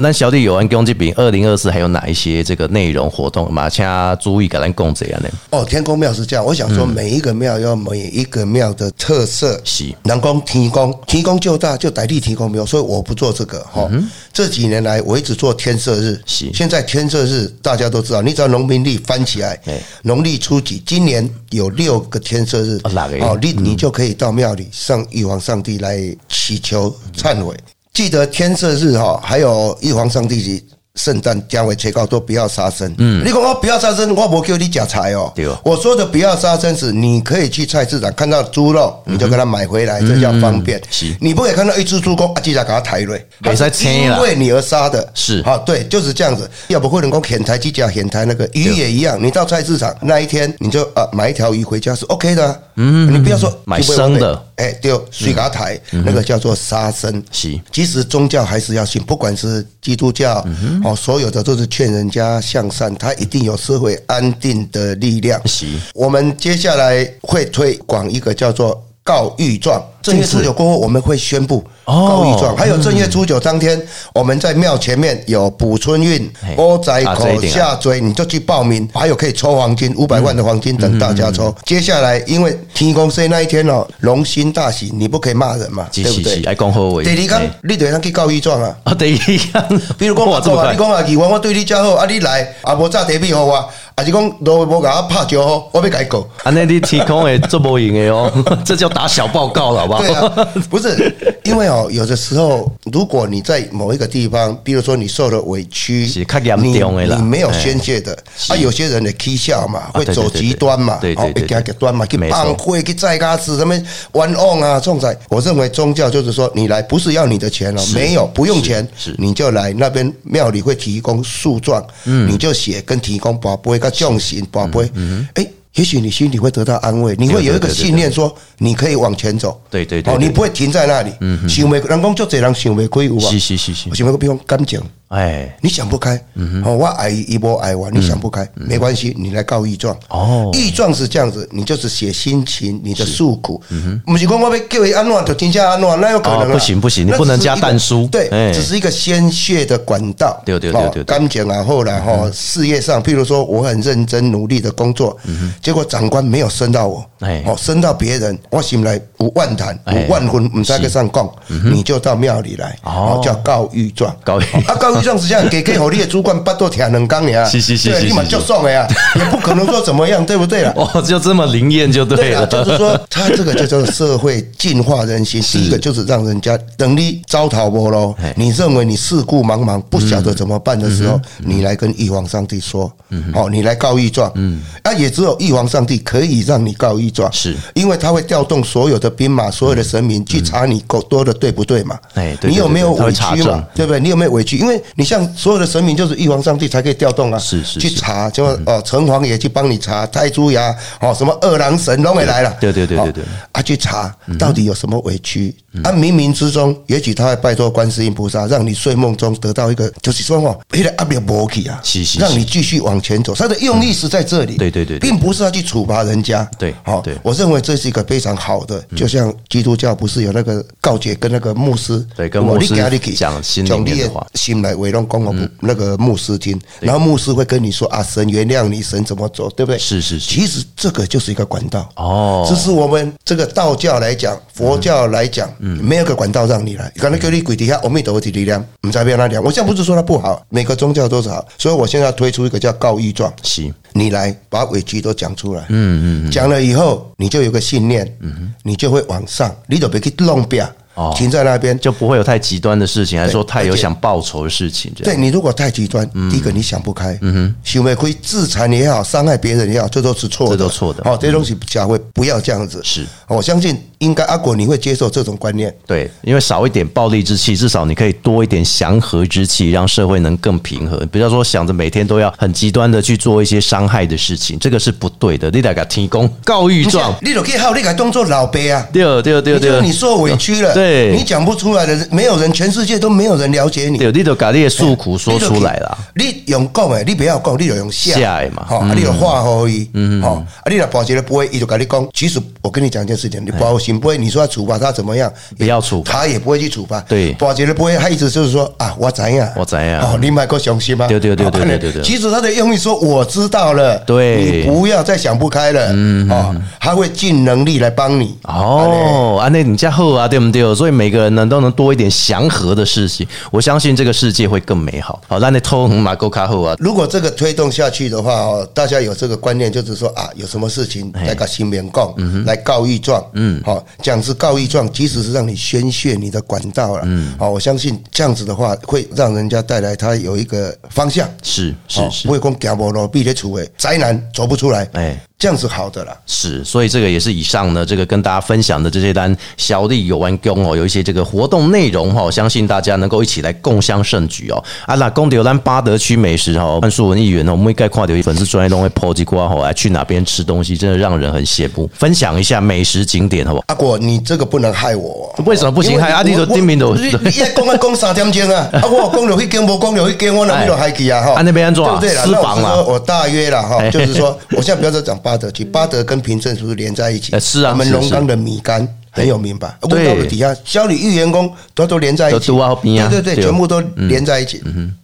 [SPEAKER 1] 那小弟有完攻击饼，二零二四还有哪一些这个内容活动？马请注意给咱讲这样呢？
[SPEAKER 7] 哦，天宫庙是这样，我想说每一个庙要每一个庙的特色。
[SPEAKER 1] 嗯是
[SPEAKER 7] 南宫提供提供就大，就逮地提供没有，所以我不做这个哈。这几年来我一直做天赦日
[SPEAKER 1] 嗯是，
[SPEAKER 7] 现在天赦日大家都知道，你只要农民历翻起来
[SPEAKER 1] 对，
[SPEAKER 7] 农历初几，今年有六个天赦日
[SPEAKER 1] 哦，哪个
[SPEAKER 7] 哦，你你就可以到庙里上玉皇上帝来祈求
[SPEAKER 1] 嗯
[SPEAKER 7] 忏悔。记得天赦日哈，还有玉皇上帝的圣诞姜维切糕都不要杀生。嗯，你讲我不要杀生，我不叫你假财哦。
[SPEAKER 1] 对哦
[SPEAKER 7] 我说的不要杀生是，你可以去菜市场看到猪肉，你就给它买回来，这叫方便。
[SPEAKER 1] 嗯是
[SPEAKER 7] 你不可以看到一只猪公啊，记得给它抬瑞，
[SPEAKER 1] 不可以
[SPEAKER 7] 它是
[SPEAKER 1] 切啦
[SPEAKER 7] 因为你而杀的。
[SPEAKER 1] 是
[SPEAKER 7] 啊，对，就是这样子。要不会能够舔台鸡脚，舔台那个鱼也一样。你到菜市场那一天，你就啊买一条鱼回家是 OK 的啊。嗯，你不要说
[SPEAKER 1] 买生的，嗯
[SPEAKER 7] 哎，对，水嘎台那个叫做杀生。
[SPEAKER 1] 是
[SPEAKER 7] 其实宗教还是要信，不管是基督教
[SPEAKER 1] 嗯
[SPEAKER 7] 哦，所有的都是劝人家向善，它一定有社会安定的力量。
[SPEAKER 1] 是
[SPEAKER 7] 我们接下来会推广一个叫做。告御状，正月初九过后我们会宣布
[SPEAKER 1] 哦
[SPEAKER 7] 告御状，还有正月初九当天，我们在庙前面有补春运
[SPEAKER 1] 嘿、
[SPEAKER 7] 欧仔
[SPEAKER 1] 啊这一
[SPEAKER 7] 口
[SPEAKER 1] 定啊嗯
[SPEAKER 7] 下追，你就去报名，还有可以抽黄金五百万的黄金等大家抽。接下来因为天公生那一天哦，龙心大喜，你不可以骂人嘛，
[SPEAKER 1] 是
[SPEAKER 7] 对不
[SPEAKER 1] 是是，
[SPEAKER 7] 对？
[SPEAKER 1] 爱讲好话。
[SPEAKER 7] 第二
[SPEAKER 1] 嘿
[SPEAKER 7] 天，你就能去告御状啊。
[SPEAKER 1] 啊，第一样，
[SPEAKER 7] 比如讲，
[SPEAKER 1] 哇
[SPEAKER 7] 我
[SPEAKER 1] 这么
[SPEAKER 7] 啊，
[SPEAKER 1] 快
[SPEAKER 7] 你，讲啊，二王我对你遮好，啊你来，啊无炸地米给我，啊是讲都无甲我拍招呼，我要改告。
[SPEAKER 1] 安尼你天空会做无用的 哦，这叫打小报告了，好不
[SPEAKER 7] 对
[SPEAKER 1] 好？
[SPEAKER 7] 啊，不是，因为哦，有的时候，如果你在某一个地方，比如说你受了委屈，
[SPEAKER 1] 是较严重的啦
[SPEAKER 7] 你你没有
[SPEAKER 1] 哎
[SPEAKER 7] 宣泄的，
[SPEAKER 1] 是
[SPEAKER 7] 啊，有些人的讥笑嘛，会
[SPEAKER 1] 对对
[SPEAKER 7] 走
[SPEAKER 1] 对
[SPEAKER 7] 极
[SPEAKER 1] 对
[SPEAKER 7] 端嘛，
[SPEAKER 1] 对对
[SPEAKER 7] 哦
[SPEAKER 1] 对
[SPEAKER 7] 会加
[SPEAKER 1] 对
[SPEAKER 7] 极端嘛，去
[SPEAKER 1] 没错
[SPEAKER 7] 帮会去载嘎子什么玩弄啊，这种在。我认为宗教就是说，你来不是要你的钱哦，没有不用钱
[SPEAKER 1] 是是，
[SPEAKER 7] 你就来那边庙里会提供诉状，
[SPEAKER 1] 嗯
[SPEAKER 7] 你就写跟提供宝贝个重刑宝贝，哎。也许你心里会得到安慰，你会有一
[SPEAKER 1] 嗯对对
[SPEAKER 7] 个
[SPEAKER 1] 对对
[SPEAKER 7] 信念，说你可以往前走。
[SPEAKER 1] 对对对
[SPEAKER 7] 哦，
[SPEAKER 1] 对
[SPEAKER 7] 你不会停在那里。嗯，想袂，人讲足侪人想袂开有啊。
[SPEAKER 1] 是是是是
[SPEAKER 7] 想袂开，比如讲感情，
[SPEAKER 1] 哎，
[SPEAKER 7] 你想不开。嗯哦，我爱伊，伊无爱我，你想不开，没关系，你来告御状。
[SPEAKER 1] 嗯哦
[SPEAKER 7] 御状是这样子，你就是写心情，你的诉苦。嗯哼，不是讲我要叫伊安怎就真正安怎，那有可能啊
[SPEAKER 1] 哦不行不行你不能加淡书
[SPEAKER 7] 那只是一个
[SPEAKER 1] 哎
[SPEAKER 7] 对，只是一个宣泄的管道。
[SPEAKER 1] 对对对
[SPEAKER 7] 哦
[SPEAKER 1] 对对嗯
[SPEAKER 7] 感情啊，后来哈，事业上，譬如说我很认真努力的工作，结果长官没有升到我
[SPEAKER 1] 嗯哎，
[SPEAKER 7] 哦，升到别人，我心内有万谈，
[SPEAKER 1] 哎嗯
[SPEAKER 7] 有万分，唔知去上讲，你就到庙里来，
[SPEAKER 1] 哦
[SPEAKER 7] 哦，叫告御状。
[SPEAKER 1] 告御
[SPEAKER 7] 啊，告御状实际上给给我你的主管巴肚疼两公 呀，
[SPEAKER 1] 是是是
[SPEAKER 7] 对，
[SPEAKER 1] 是
[SPEAKER 7] 立马
[SPEAKER 1] 是
[SPEAKER 7] 就送了 呀，也不可能说怎么样，对不对啦？
[SPEAKER 1] 哦，就这么灵验就对
[SPEAKER 7] 对啊，
[SPEAKER 1] 了，
[SPEAKER 7] 就是说，他这个叫做社会净化 人心。第一个就是让人家等你招讨波喽
[SPEAKER 1] 嘿，嗯
[SPEAKER 7] 你认为你世故茫茫，不晓得怎么办的时候，你来跟玉皇上帝说，
[SPEAKER 1] 嗯
[SPEAKER 7] 哦，你来告御状，嗯，啊，也只有玉皇上帝可以让你告御状，
[SPEAKER 1] 是嗯
[SPEAKER 7] 因为他会调动所有的兵马、所有的神明去查你够多的对不对嘛
[SPEAKER 1] 哎？对对
[SPEAKER 7] 你有没
[SPEAKER 1] 对
[SPEAKER 7] 有
[SPEAKER 1] 他会
[SPEAKER 7] 委
[SPEAKER 1] 查
[SPEAKER 7] 屈嘛
[SPEAKER 1] 证？
[SPEAKER 7] 对不对？你有没有委屈？因为你像所有的神明，就是玉皇上帝才可以调动啊，
[SPEAKER 1] 是是嗯
[SPEAKER 7] 去
[SPEAKER 1] 是
[SPEAKER 7] 查，就哦，城隍爷去帮你查，太朱牙哦，什么二郎神都会来了，
[SPEAKER 1] 嗯对对对对对嗯
[SPEAKER 7] 哦啊，去查到底有什么委屈、啊？冥冥之中，也许他会拜托观世音菩萨，让你睡梦中得到一个，就是说哦，那个压力无去啊
[SPEAKER 1] 是是，是
[SPEAKER 7] 让你继续往前走。他的用意是在这里，
[SPEAKER 1] 对对对对
[SPEAKER 7] 并不是要去处罚人家，
[SPEAKER 1] 对
[SPEAKER 7] 好
[SPEAKER 1] 对，嗯
[SPEAKER 7] 我认为这是一个非常好的，就像基督教不是有那个告解跟那个牧师，
[SPEAKER 1] 对跟
[SPEAKER 7] 我
[SPEAKER 1] 牧
[SPEAKER 7] 你
[SPEAKER 1] 师
[SPEAKER 7] 今日去
[SPEAKER 1] 讲心里
[SPEAKER 7] 讲你
[SPEAKER 1] 面的
[SPEAKER 7] 的
[SPEAKER 1] 话嗯
[SPEAKER 7] 心来委弄公我那个牧师听，然后牧师会跟你说啊，神原谅你，神怎么走，对不对？
[SPEAKER 1] 是是是
[SPEAKER 7] 其实这个就是一个管道
[SPEAKER 1] 哦
[SPEAKER 7] 这是我们这个道教来讲，佛教来讲，
[SPEAKER 1] 嗯
[SPEAKER 7] 没有一个管道让你来。刚才给你鬼底下，阿弥陀佛的力量，你才不要那讲。我现在不是说它不好，每个宗教都是好，所以我现在要推出一个叫告御状，
[SPEAKER 1] 是
[SPEAKER 7] 你来把委屈都讲出来，嗯嗯，讲了以后，你就有个信念，嗯，你就会往上，你就别去弄表
[SPEAKER 1] 哦，
[SPEAKER 7] 停在那边
[SPEAKER 1] 就不会有太极端的事情，还是说
[SPEAKER 7] 对
[SPEAKER 1] 太有
[SPEAKER 7] 而且
[SPEAKER 1] 想报仇的事情这
[SPEAKER 7] 对
[SPEAKER 1] 样。
[SPEAKER 7] 你如果太极端，第一个你想不开，嗯哼，行为可以自残也好，伤害别人也好，这都是错的，
[SPEAKER 1] 这都错的
[SPEAKER 7] 哦，这些东西假会不要这样子。
[SPEAKER 1] 是
[SPEAKER 7] 哦，我相信应该阿果你会接受这种观念。
[SPEAKER 1] 对，因为少一点暴力之气，至少你可以多一点祥和之气，让社会能更平衡。不要说想着每天都要很极端的去做一些伤害的事情，这个是不对的。你得给他提供告御状。
[SPEAKER 7] 你都可以好，你改当做老辈啊。
[SPEAKER 1] 对对对
[SPEAKER 7] 你觉
[SPEAKER 1] 对，
[SPEAKER 7] 得你受委屈了，
[SPEAKER 1] 对
[SPEAKER 7] 你讲不出来的，没有人，全世界都没有人了解你。
[SPEAKER 1] 对，你就把你的诉苦说出来啦。
[SPEAKER 7] 你用讲诶，你不要讲，你就用写
[SPEAKER 1] 写的嘛嗯
[SPEAKER 7] 吼，啊，你就画好伊，吼，啊，你若抱一个杯，伊就跟你讲，其实我跟你讲一件事情，你抱行杯，你说要处罚他怎么样？
[SPEAKER 1] 不要处罚
[SPEAKER 7] 他也不会去处罚。
[SPEAKER 1] 对
[SPEAKER 7] 抱一个杯，他意思就是说啊，我怎样，
[SPEAKER 1] 我知影
[SPEAKER 7] 哦，你买个雄心吗？
[SPEAKER 1] 对对对对
[SPEAKER 7] 哦
[SPEAKER 1] 对对对
[SPEAKER 7] 其实他的用意说我知道了，
[SPEAKER 1] 对嗯
[SPEAKER 7] 你不要再想不开了，哦，他会尽能力来帮你。
[SPEAKER 1] 哦，安内你家后啊，对不对？所以每个人呢都能多一点祥和的事情，我相信这个世界会更美好。好，那你偷马够卡后啊，
[SPEAKER 7] 如果这个推动下去的话，哦，大家有这个观念，就是说啊，有什么事情来个新民告，来告御状，嗯，好，讲是告御状，其实是让你宣泄你的管道了，嗯，好，我相信这样子的话，会让人家带来他有一个方向，
[SPEAKER 1] 是是
[SPEAKER 7] 哦
[SPEAKER 1] 是
[SPEAKER 7] 不会光走无路，必得处诶，宅男走不出来，
[SPEAKER 1] 哎
[SPEAKER 7] 这样是好的啦。
[SPEAKER 1] 是，所以这个也是以上呢，这个跟大家分享的这些单小弟有关公哦，有一些这个活动内容哈、哦，相信大家能够一起来共襄盛举哦。啊，那公牛咱巴德区美食哦，范树文议员哦，我们一概跨掉粉丝专业都会抛几瓜吼，来去哪边吃东西，真的让人很羡慕。分享一下美食景点好不好？
[SPEAKER 7] 阿果，啊你这个不能害我哦。
[SPEAKER 1] 为什么不行
[SPEAKER 7] 因为
[SPEAKER 1] 害啊你就
[SPEAKER 7] 我
[SPEAKER 1] 顶面就
[SPEAKER 7] 我 你你一讲啊讲三点钟啊，啊我讲了一间，无讲了一间，我哪
[SPEAKER 1] 哎
[SPEAKER 7] 有害去啊？哈，
[SPEAKER 1] 啊那边安怎
[SPEAKER 7] 对不对啦？
[SPEAKER 1] 私房啦
[SPEAKER 7] 那我是说我大约啦哈
[SPEAKER 1] 哎，
[SPEAKER 7] 就是说，我现在不要再讲巴德区，巴德跟平镇是不是连在一起
[SPEAKER 1] 哎？是啊
[SPEAKER 7] 我们
[SPEAKER 1] 是
[SPEAKER 7] 龙
[SPEAKER 1] 是
[SPEAKER 7] 岗的米干很有名吧？
[SPEAKER 1] 对
[SPEAKER 7] 味道的底下，小李玉员工都都连在一起，
[SPEAKER 1] 都都啊边啊
[SPEAKER 7] 对对对，
[SPEAKER 1] 对嗯
[SPEAKER 7] 全部都连在一起。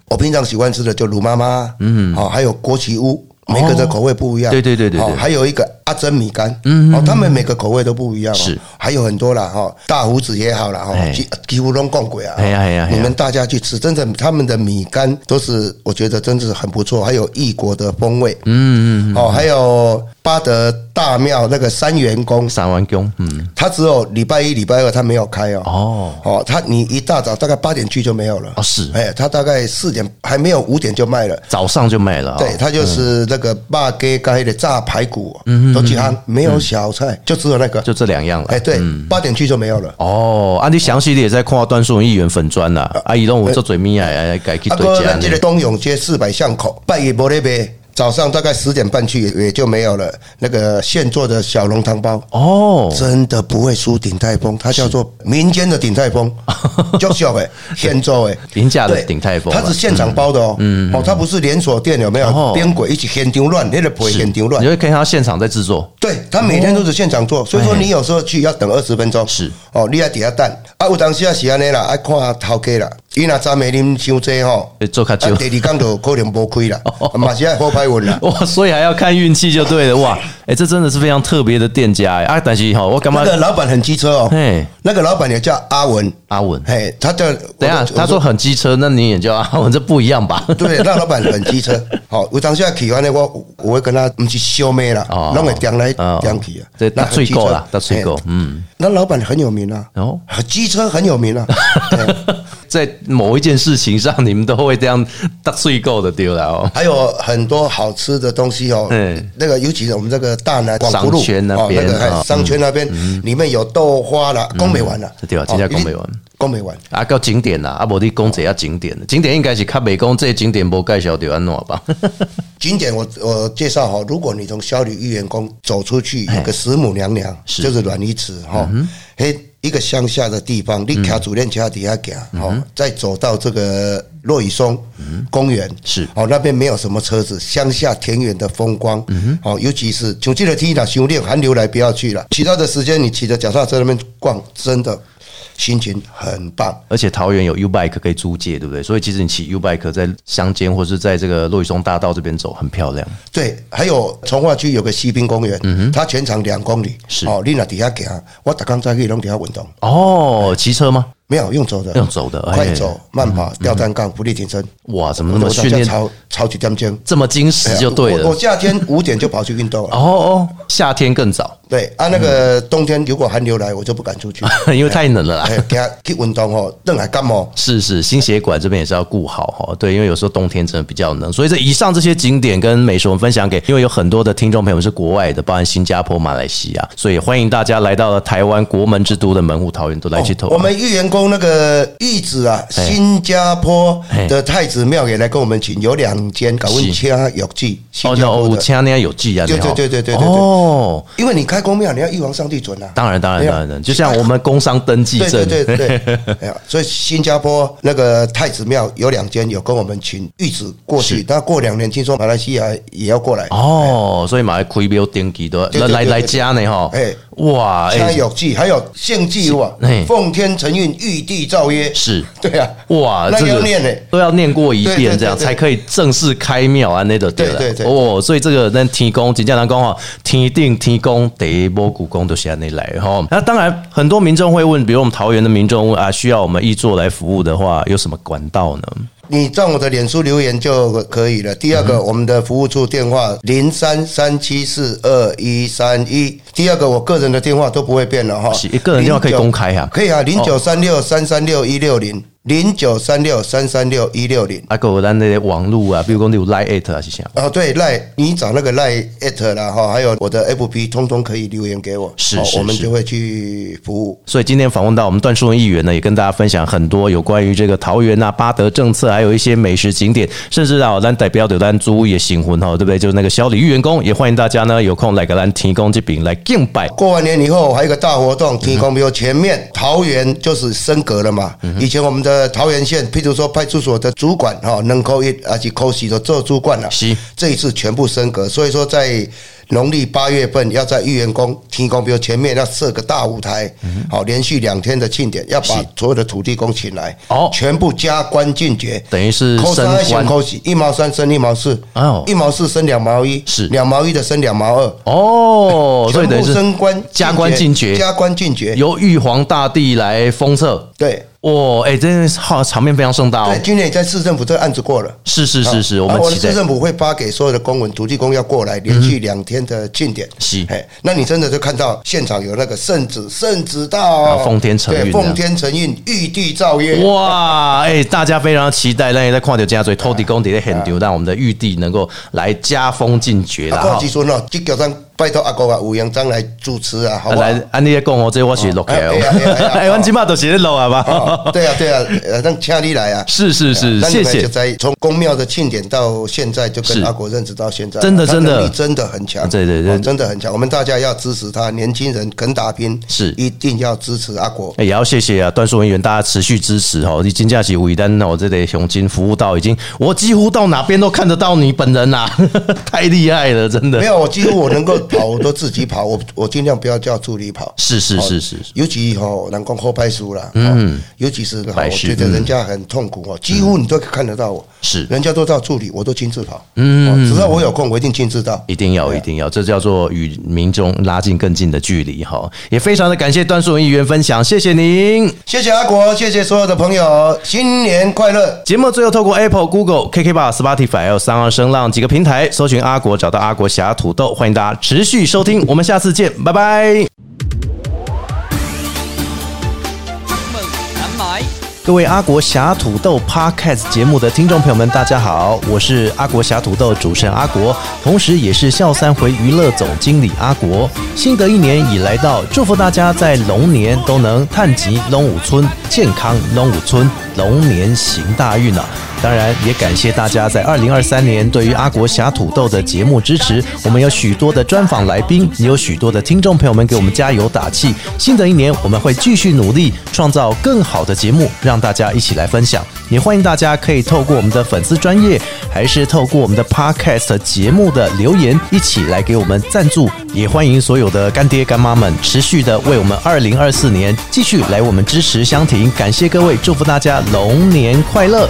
[SPEAKER 7] 我平常喜欢吃的就卤妈妈，嗯，好，还有国旗屋。每个的口味不一样，
[SPEAKER 1] 哦对对对对
[SPEAKER 7] 好
[SPEAKER 1] 对
[SPEAKER 7] 还有一个阿珍米干，嗯，哦，他们每个口味都不一样哦，
[SPEAKER 1] 是
[SPEAKER 7] 还有很多啦哈，大胡子也好啦哈
[SPEAKER 1] 哎，
[SPEAKER 7] 几几乎拢共鬼啊
[SPEAKER 1] 哎呀哎呀，哎呀
[SPEAKER 7] 你们大家去吃，真的他们的米干都是我觉得真是很不错，还有异国的风味，嗯嗯，哦，还有巴德大庙那个三元宫，
[SPEAKER 1] 三湾宫，嗯，
[SPEAKER 7] 它只有礼拜一、礼拜二它没有开哦，
[SPEAKER 1] 哦
[SPEAKER 7] 哦，它你一大早大概八点去就没有了，
[SPEAKER 1] 哦是
[SPEAKER 7] 哎，它大概四点还没有五点就卖了。
[SPEAKER 1] 早上就卖了、哦，
[SPEAKER 7] 对，它就是那个霸街街的炸排骨，都几行没有小菜，就只有那
[SPEAKER 1] 嗯
[SPEAKER 7] 个，
[SPEAKER 1] 就这嗯两样了。
[SPEAKER 7] 哎，对，八点去就没有了。
[SPEAKER 1] 哦，啊，你详细的也在看段树文议员粉砖啦，啊，伊拢有做嘴咪来来改去
[SPEAKER 7] 呃啊，
[SPEAKER 1] 对
[SPEAKER 7] 哥，
[SPEAKER 1] 家
[SPEAKER 7] 咱这
[SPEAKER 1] 呢
[SPEAKER 7] 个。东涌街四百巷口，拜也无得呗。早上大概十点半去也也就没有了。那个现做的小笼汤包，
[SPEAKER 1] 哦，
[SPEAKER 7] 真的不会输鼎泰丰，它叫做民间的鼎泰 丰，就小哎，现做哎，
[SPEAKER 1] 平价的
[SPEAKER 7] 对
[SPEAKER 1] 鼎泰丰啊啦，
[SPEAKER 7] 它是现场包的哦，哦，它不是连锁店有没
[SPEAKER 1] 哦
[SPEAKER 7] 有？边轨一起现丢乱，那个不会
[SPEAKER 1] 是
[SPEAKER 7] 现丢乱
[SPEAKER 1] 你。会看到现场在制作。
[SPEAKER 7] 对他每天都是现场做，所以说
[SPEAKER 1] 哎
[SPEAKER 7] 你有时候去要等二十分钟。
[SPEAKER 1] 是
[SPEAKER 7] 哦，你要底下等啊，有当时也是安尼啦，爱看头家啦，伊若早暝啉伤济吼
[SPEAKER 1] 哎会，做较少
[SPEAKER 7] 啊第二天就可能无开啦，嘛是爱好歹运啦。
[SPEAKER 1] 哇，所以还要看运气就对了哇！哎、这真的是非常特别的店家哎、啊！但是哈，我 干嘛
[SPEAKER 7] 那？个老板很机车
[SPEAKER 1] 嘿
[SPEAKER 7] 哦，那个老板也叫阿文，
[SPEAKER 1] 阿文，
[SPEAKER 7] 嘿，他叫
[SPEAKER 1] 等一下
[SPEAKER 7] 我
[SPEAKER 1] 他说很机车，那你也叫阿文，这不一样吧？
[SPEAKER 7] 对，那老板很机车。好，有当下去完的我，我会跟他不是小妹啦
[SPEAKER 1] 哦，
[SPEAKER 7] 拢会点来
[SPEAKER 1] 哦
[SPEAKER 7] 点去啊。
[SPEAKER 1] 对
[SPEAKER 7] 那
[SPEAKER 1] 他最够啦
[SPEAKER 7] 很机车
[SPEAKER 1] 他最够
[SPEAKER 7] 嘿
[SPEAKER 1] 嗯，
[SPEAKER 7] 那老板很有名啊，
[SPEAKER 1] 哦
[SPEAKER 7] 哦，机车很有名啊。嘿
[SPEAKER 1] 在某一件事情上，你们都会这样大碎够的丢了哦。
[SPEAKER 7] 还有很多好吃的东西哦
[SPEAKER 1] 嗯，
[SPEAKER 7] 那个尤其是我们这个大南广福路
[SPEAKER 1] 商圈那
[SPEAKER 7] 哦，
[SPEAKER 1] 边
[SPEAKER 7] 那个
[SPEAKER 1] 啊
[SPEAKER 7] 还商圈那边里面有豆花啦，讲没完啦
[SPEAKER 1] 嗯，对啊
[SPEAKER 7] 哦
[SPEAKER 1] 真的讲不完
[SPEAKER 7] 讲没完。
[SPEAKER 1] 啊，到景点啦，啊，无你讲一下景点，景点应该是较袂讲这个景点无介绍到安怎吧？
[SPEAKER 7] 景点我我介绍哈，如果你从小李玉员工走出去，有个石母娘娘，
[SPEAKER 1] 是嗯
[SPEAKER 7] 就是阮一池哈，嘿，一个乡下的地方，你卡主任家底下行
[SPEAKER 1] 嗯
[SPEAKER 7] 哈，再走到这个落雨松公园
[SPEAKER 1] 是
[SPEAKER 7] 哦，那边没有什么车子，乡下田园的风光，
[SPEAKER 1] 嗯
[SPEAKER 7] 哦，尤其是像这个天啦，修炼寒流来不要去了，其他的时间你骑着脚踏车那边逛，真的心情很棒。
[SPEAKER 1] 而且桃园有 U bike 可以租借，对不对？所以其实你骑 U bike 在乡间或是在这个洛雨松大道这边走，很漂亮。
[SPEAKER 7] 对，还有从化区有个西滨公园，它全长两公里，
[SPEAKER 1] 嗯是
[SPEAKER 7] 哦，你那底下行，我打刚在去拢底下运动，
[SPEAKER 1] 哦，骑车吗？
[SPEAKER 7] 没有用走的，
[SPEAKER 1] 用走的哎
[SPEAKER 7] 呃快走、慢跑、吊单杠、浮力挺身，
[SPEAKER 1] 哇，怎么嗯那么
[SPEAKER 7] 我早
[SPEAKER 1] 训
[SPEAKER 7] 上
[SPEAKER 1] 练
[SPEAKER 7] 超超几点钟？
[SPEAKER 1] 这么精实就对
[SPEAKER 7] 哎呀我我
[SPEAKER 1] 了？ 哦
[SPEAKER 7] 夏天五点就跑去运动了。
[SPEAKER 1] 哦哦，夏天更早
[SPEAKER 7] 对啊，那个
[SPEAKER 1] 嗯
[SPEAKER 7] 冬天如果寒流来，我就不敢出去，
[SPEAKER 1] 因为太冷了啦。
[SPEAKER 7] 哎，给他去运动哦，正来感冒。
[SPEAKER 1] 是是，心血管这边也是要顾好哈。对，因为有时候冬天真的比较冷，所以这以上这些景点跟美食，我们分享给，因为有很多的听众朋友是国外的，包含新加坡、马来西亚，所以欢迎大家来到了台湾国门之都的门户桃园，都来去投。
[SPEAKER 7] 哦我们玉员宫那个玉子啊，
[SPEAKER 1] 哎
[SPEAKER 7] 新加坡
[SPEAKER 1] 哎
[SPEAKER 7] 的太子庙也来跟我们请，有两间搞问掐有记，新
[SPEAKER 1] 哦，
[SPEAKER 7] 加
[SPEAKER 1] 那
[SPEAKER 7] 坡
[SPEAKER 1] 哦，
[SPEAKER 7] 的。
[SPEAKER 1] 像那样有记啊，
[SPEAKER 7] 对对对对对对对
[SPEAKER 1] 哦，
[SPEAKER 7] 因为你开公庙，你要玉皇上帝准啊。
[SPEAKER 1] 当然当然
[SPEAKER 7] 对啊
[SPEAKER 1] 当然，就像我们工商登记
[SPEAKER 7] 对
[SPEAKER 1] 证，
[SPEAKER 7] 对对对， 哎呀，所以新加坡那个太子庙有两间有跟我们请玉子过去，那过两年听说马来西亚也要过来，
[SPEAKER 1] 哦，所以马来亏标登记都
[SPEAKER 7] 对
[SPEAKER 1] 来
[SPEAKER 7] 对
[SPEAKER 1] 来
[SPEAKER 7] 对
[SPEAKER 1] 来
[SPEAKER 7] 对
[SPEAKER 1] 家呢哈，
[SPEAKER 7] 哎
[SPEAKER 1] 哇，
[SPEAKER 7] 现在
[SPEAKER 1] 哎
[SPEAKER 7] 有记，还有献祭哇
[SPEAKER 1] 是哎，
[SPEAKER 7] 奉天承运，玉帝诏曰，
[SPEAKER 1] 是。
[SPEAKER 7] 对啊，
[SPEAKER 1] 哇，
[SPEAKER 7] 那
[SPEAKER 1] 这
[SPEAKER 7] 个
[SPEAKER 1] 个
[SPEAKER 7] 要念嘞，
[SPEAKER 1] 都要念过一
[SPEAKER 7] 对
[SPEAKER 1] 遍，
[SPEAKER 7] 对
[SPEAKER 1] 这样
[SPEAKER 7] 对对
[SPEAKER 1] 才可以正式开庙啊，那的了
[SPEAKER 7] 对对对
[SPEAKER 1] 哦，所以这个那提供简单来讲哈，天定天公第一波古公都是安内来哈。那当然，很多民众会问，比如我们桃园的民众问啊，需要我们易座来服务的话，有什么管道呢？
[SPEAKER 7] 你在我的脸书留言就可以了。第二
[SPEAKER 1] 嗯
[SPEAKER 7] 个，我们的服务处电话零三三七四二一三一。第二个，我个人的电话都不会变了哈
[SPEAKER 1] 是一个人电话可以公开啊
[SPEAKER 7] 可以啊，零九三六三三六一六零，零九三六三三六一六零。
[SPEAKER 1] 啊，有咱那些网络啊，比如讲你有 Line at 啊，是啥？
[SPEAKER 7] 哦，对，赖你找那个赖 at 啦哈，还有我的 FB，通通可以留言给我，
[SPEAKER 1] 是
[SPEAKER 7] 哦
[SPEAKER 1] 是
[SPEAKER 7] 我们
[SPEAKER 1] 是
[SPEAKER 7] 就会去服务。
[SPEAKER 1] 所以今天访问到我们段树文议员呢，也跟大家分享很多有关于这个桃园啊、巴德政策，还有一些美食景点，甚至啊，咱代表柳咱租也行婚哈，对不对？就是那个小李玉员工，也欢迎大家呢有空来给咱提供这饼来敬拜。
[SPEAKER 7] 过完年以后还有一个大活动，提供比如前面桃园就是升格了嘛。以前我们的桃园县，譬如说派出所的主管哈，能扣一而且扣洗的做主管了、
[SPEAKER 1] 是
[SPEAKER 7] 这一次全部升格，所以说在农历八月份要在豫园宫提供，比如前面要设个大舞台，
[SPEAKER 1] 嗯
[SPEAKER 7] 好、连续两天的庆典，要把所有的土地公请来，
[SPEAKER 1] 哦
[SPEAKER 7] 全部加官进爵，
[SPEAKER 1] 等于 是
[SPEAKER 7] 扣三
[SPEAKER 1] 升
[SPEAKER 7] 选
[SPEAKER 1] 官
[SPEAKER 7] 扣洗，一毛三升一毛四，
[SPEAKER 1] 哦
[SPEAKER 7] 一毛四升两毛一，
[SPEAKER 1] 是
[SPEAKER 7] 两毛一的升两毛二。
[SPEAKER 1] 哦，所以
[SPEAKER 7] 全
[SPEAKER 1] 等于
[SPEAKER 7] 部
[SPEAKER 1] 是
[SPEAKER 7] 升官
[SPEAKER 1] 加官进爵，
[SPEAKER 7] 加官进爵。
[SPEAKER 1] 由玉皇大帝来封测。
[SPEAKER 7] 对
[SPEAKER 1] 哇、哎、真的是好场面非常盛大哦
[SPEAKER 7] 对，。今年在市政府这个案子过了。
[SPEAKER 1] 是是是是，
[SPEAKER 7] 好
[SPEAKER 1] 我
[SPEAKER 7] 啊
[SPEAKER 1] 们
[SPEAKER 7] 我的
[SPEAKER 1] 期待嗯
[SPEAKER 7] 市。政府会发给所有的公文，土地公要过来，连续两天的庆典。
[SPEAKER 1] 是
[SPEAKER 7] 哎，那你真的就看到现场有那个圣旨，圣旨
[SPEAKER 1] 啊
[SPEAKER 7] 到哦
[SPEAKER 1] 奉天承运
[SPEAKER 7] 对
[SPEAKER 1] 这样
[SPEAKER 7] 奉天承运，玉帝诏曰。
[SPEAKER 1] 哇，哎、大家非常期待，那也在跨流家嘴偷地公底的很丢，让我们的玉帝能够来加封进爵啦。
[SPEAKER 7] 啊，
[SPEAKER 1] 哈
[SPEAKER 7] 我。是说喏，这叫咱拜托阿公啊，吴阳章来主持啊，好不好
[SPEAKER 1] 来？，按你咧讲哦，这我是录起来哦
[SPEAKER 7] 哎哎哎哎。哎
[SPEAKER 1] 哎，阮即马都是咧录啊
[SPEAKER 7] 哦
[SPEAKER 1] 吧？
[SPEAKER 7] 对啊，对啊，呃让请你来啊。
[SPEAKER 1] 是是是，
[SPEAKER 7] 那你
[SPEAKER 1] 谢
[SPEAKER 7] 们
[SPEAKER 1] 谢
[SPEAKER 7] 就。在从公庙的庆典到现在，就跟
[SPEAKER 1] 是
[SPEAKER 7] 阿国认识到现在，
[SPEAKER 1] 真的
[SPEAKER 7] 他
[SPEAKER 1] 真的
[SPEAKER 7] 能力真的很强，
[SPEAKER 1] 对对对
[SPEAKER 7] 哦真的很强。我们大家要支持他，年轻人肯打拼，
[SPEAKER 1] 是
[SPEAKER 7] 一定要支持阿国。
[SPEAKER 1] 哎也要谢谢啊，段树文员大家持续支持哦。你金假期五一单哦，这得雄金服务到已经，我几乎到哪边都看得到你本人呐、 太厉害了，真的
[SPEAKER 7] 没。有，我几乎我能够跑，我都自己跑，我我尽量不要叫助理跑。
[SPEAKER 1] 是是是是，
[SPEAKER 7] 尤其哦吼，南宫后派书啦，嗯，尤其是哈
[SPEAKER 1] 百
[SPEAKER 7] 我
[SPEAKER 1] 事嗯
[SPEAKER 7] 觉得人家很痛苦哦，几乎你都看得到我，
[SPEAKER 1] 是
[SPEAKER 7] 人家都到助理，我都亲自跑，嗯，只要我有空，我一定亲自到。
[SPEAKER 1] 一定要，一定要，这叫做与民众拉近更近的距离哈。也非常的感谢段树文议员分享，谢谢您。
[SPEAKER 7] 谢谢阿国，谢谢所有的朋友，新年快乐！
[SPEAKER 1] 节目最后透过 Apple、Google、KK Bar、Spotify 还有三二声浪几个平台搜寻阿国，找到阿国侠土豆，欢迎大家持续收听，我们下次见，拜拜。
[SPEAKER 8] mừng năm mới
[SPEAKER 1] 各位阿国侠土豆 Podcast 节目的听众朋友们，大家好，我是阿国侠土豆主持人阿国，同时也是笑三回娱乐总经理阿国。新的一年已来到，祝福大家在龙年都能探及龙武村，健康龙武村，龙年行大运啊！当然，也感谢大家在二零二三年对于阿国侠土豆的节目支持。我们有许多的专访来宾，也有许多的听众朋友们给我们加油打气。新的一年，我们会继续努力，创造更好的节目，让大家一起来分享。也欢迎大家可以透过我们的粉丝专业，还是透过我们的 Podcast 节目的留言，一起来给我们赞助。也欢迎所有的干爹干妈们持续的为我们二零二四年继续来我们支持香婷。感谢各位，祝福大家龙年快乐！